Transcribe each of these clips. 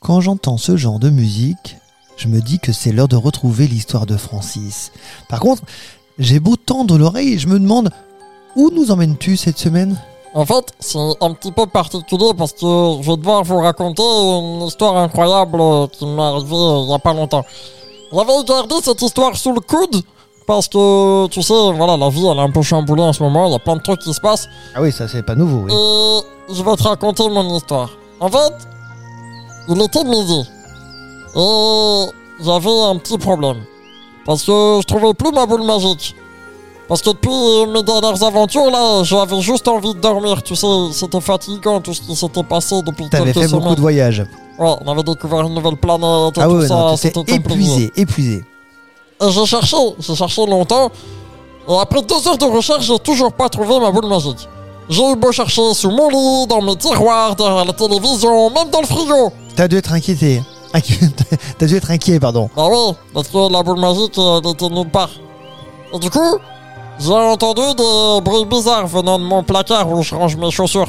Quand j'entends ce genre de musique, je me dis que c'est l'heure de retrouver l'histoire de Francis. Par contre, j'ai beau tendre l'oreille et je me demande où nous emmènes-tu cette semaine En fait, c'est un petit peu particulier parce que je vais devoir vous raconter une histoire incroyable euh, qui m'est arrivée euh, il y a pas longtemps. J'avais gardé cette histoire sous le coude parce que, tu sais, voilà, la vie elle est un peu chamboulée en ce moment, il y a plein de trucs qui se passent. Ah oui, ça c'est pas nouveau. oui. Et je vais te raconter mon histoire. En fait, il était midi. Et j'avais un petit problème. Parce que je trouvais plus ma boule magique. Parce que depuis mes dernières aventures, là, j'avais juste envie de dormir. Tu sais, c'était fatigant tout ce qui s'était passé depuis T'avais quelques fait semaines. beaucoup de voyages. Ouais, on avait découvert une nouvelle planète et Ah tout ouais, ça. non, t'étais c'était compliqué. épuisé, épuisé. Et j'ai cherché, j'ai cherché longtemps. Et après deux heures de recherche, j'ai toujours pas trouvé ma boule magique. J'ai eu beau chercher sous mon lit, dans mes tiroirs, derrière la télévision, même dans le frigo. T'as dû être inquiété. Inqui- T'as dû être inquiet, pardon. Bah oui, parce que la boule magique, elle était nulle part. Et du coup, j'ai entendu des bruits bizarres venant de mon placard où je range mes chaussures.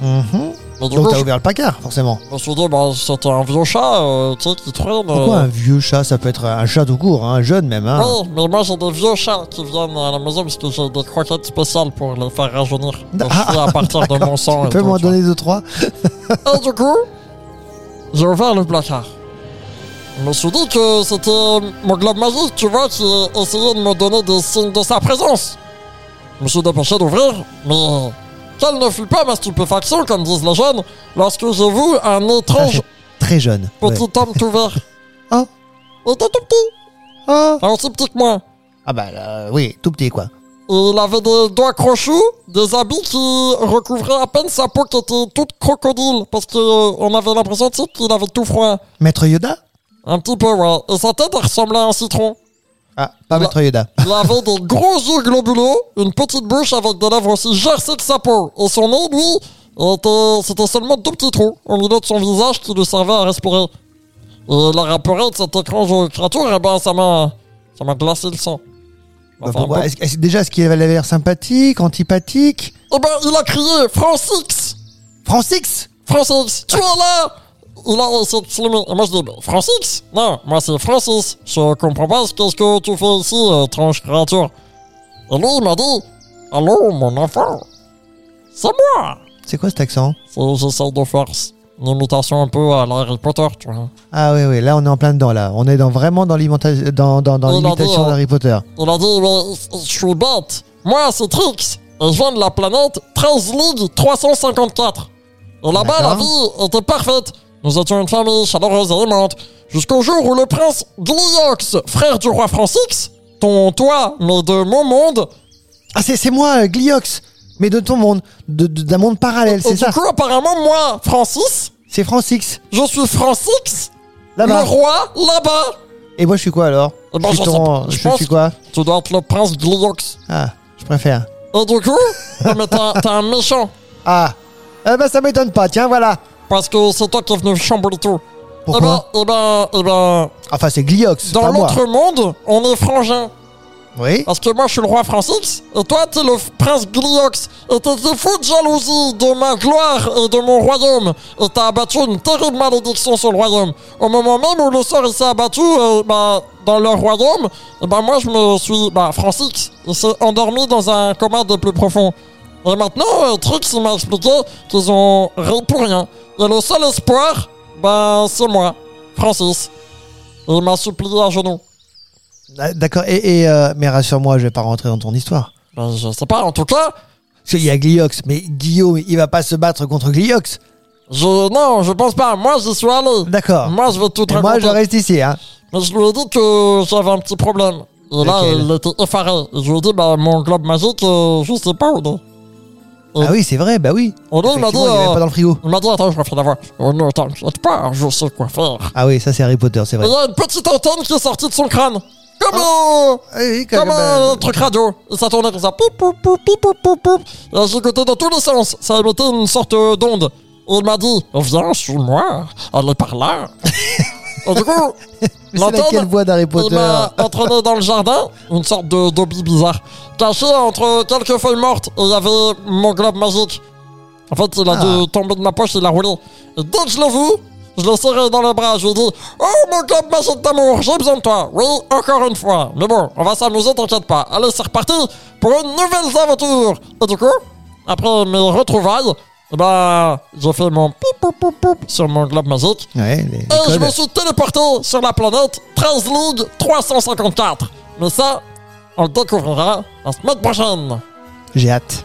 Mhm. Mais du Donc coup, t'as je ouvert le placard, forcément. me suis dit, bah, c'était un vieux chat, euh, tu sais, qui traîne. Pourquoi euh, un vieux chat Ça peut être un chat tout court, hein, un jeune même. Hein. Oui, mais moi Oh, j'ai des vieux chats qui viennent à la maison parce que j'ai des croquettes spéciales pour les faire rajeunir. Donc, je fais à partir de mon sang. Ah. Tu peux et tout, m'en tu vois. donner deux, trois Et du coup, j'ai ouvert le placard. Je me suis dit que c'était euh, mon globe magique, tu vois, qui essayait de me donner des signes de sa présence. Je me suis dépêché d'ouvrir, mais quelle ne fut pas ma stupéfaction, comme disent les jeunes, lorsque j'ai vu un Ah, étrange c'est Très jeune. ouais. petit homme tout vert. Ah. Il était tout petit, Ah. enfin, aussi petit que moi. Ah bah là, oui, tout petit quoi. Et Euh, il avait des doigts crochus, des habits qui recouvraient à peine sa peau qui était toute crocodile, parce qu'on avait l'impression tu sais, qu'il avait tout froid. Maître Yoda Un petit peu, ouais. Et sa tête, elle ressemblait à un citron. Ah, Bah, pas Maître Yoda. Il avait des gros yeux globuleux, une petite bouche avec des lèvres aussi gercées que sa peau. Et son nez, lui, était- c'était seulement deux petits trous au milieu de son visage qui lui servaient à respirer. Et la rapporée de cette étrange créature, eh ben, ça m'a, ça m'a glacé le sang. Bah, Enfin, pourquoi bon. Est-ce- est-ce- Déjà, est-ce qu'il avait l'air sympathique, antipathique Eh ben, il a crié, Francis! Francix Francis, tu es là Il a essayé de filmer. Et moi, je dis, mais Francis Non, moi, c'est Francis. Je comprends pas ce qu'est-ce que tu fais ici, euh, étrange créature. Et lui, il m'a dit, Allô, mon enfant C'est moi C'est quoi cet accent C'est- J'essaie de faire une imitation un peu à la Harry Potter, tu vois. Ah oui, oui, là on est en plein dedans, là. On est dans, vraiment dans l'imitation dans, dans, dans Oh, non, l'imitation non. d'Harry Potter. Il a dit, mais je suis bête. Moi, c'est Trix. Et je viens de la planète 13 League 354. Et là-bas, la D'accord. vie était parfaite. Nous étions une famille chaleureuse et aimante. Jusqu'au jour où le prince Gliox, frère du roi Francis, ton toi, mais de mon monde, Ah, c'est c'est moi, euh, Gliox Mais de ton monde, de- de- d'un monde parallèle, et c'est Oh, du ça coup, apparemment, moi, Francis, C'est Francix, je suis Francis, le là-bas. roi, là-bas. Et moi je suis quoi alors Eh ben, Je suis je sais ton- pas. Je je pense suis quoi Tu dois être le prince Gliox. Ah, je préfère. Et du coup, mais t'es un- t'es un méchant. Ah Eh ben ça m'étonne pas, tiens, voilà Parce que c'est toi qui es venu chambouler tout. Pourquoi Eh ben, eh ben, eh ben, Enfin, c'est Gliox, dans pas moi. l'autre monde, on est frangins. Oui Parce que moi, je suis le roi Francis, et toi, t'es le f- prince Gliox. Et t'étais fou de jalousie de ma gloire et de mon royaume. Et t'as abattu une terrible malédiction sur le royaume. Au moment même où le sort il s'est abattu, euh, bah, dans leur royaume, et ben moi, je me suis, bah, Francis, il s'est endormi dans un coma des plus profonds. Et maintenant, euh, Trix, il m'a expliqué qu'ils ont ri pour rien. Et le seul espoir, bah, c'est moi, Francis. Et il m'a supplié à genoux. Ah, D'accord, et, et, euh, mais rassure-moi, je vais pas rentrer dans ton histoire. Ben, je sais pas, en tout cas, Parce qu'il y a Gliox, mais Guillaume, il va pas se battre contre Gliox. je, non, je pense pas. Moi, j'y suis allé. D'accord. Moi, je vais tout Et moi, raconter. je reste ici, hein. Mais je lui ai dit que j'avais un petit problème. Et là, Lequel il était effaré. Et je lui ai dit, bah, mon globe magique, euh, je sais pas où il est. Ah oui, c'est vrai, bah oui. Et lui, il m'a dit, Effectivement, il y avait euh, pas dans le frigo. il m'a dit, attends, je refais la voix. Oh non, t'inquiète pas, je sais quoi faire. Ah oui, ça c'est Harry Potter, c'est Et vrai. il y a une petite antenne qui est sortie de son crâne. Comme un- Ah oui, quand Comme même, un euh, truc radio. Et ça tournait comme ça. Poup, poup, poup, poup, poup, poup, poup. Et j'écoutais dans tous les sens. Ça émettait une sorte d'onde. Et il m'a dit Viens sur moi, allez par là. Et du coup, c'est laquelle l'antenne, voix d'Harry il Potter m'a entraîné dans le jardin, une sorte de d'obby bizarre, caché entre quelques feuilles mortes. Et il y avait mon globe magique. En fait, il a Ah. dû tomber de ma poche, il a roulé. Et dès que je l'ai vu, Je le serrai dans les bras, je lui dis Oh mon club machine d'amour, j'ai besoin de toi. Oui, encore une fois. Mais bon, on va s'amuser, t'inquiète pas. Allez, c'est reparti pour une nouvelle aventure. Et du coup, après mes retrouvailles, eh ben, j'ai fait mon pip poup poup poup sur mon globe magique. Ouais, les- les Et Oh, je codes. me suis téléporté sur la planète 13 League 354. Mais ça, on le découvrira la semaine prochaine. J'ai hâte.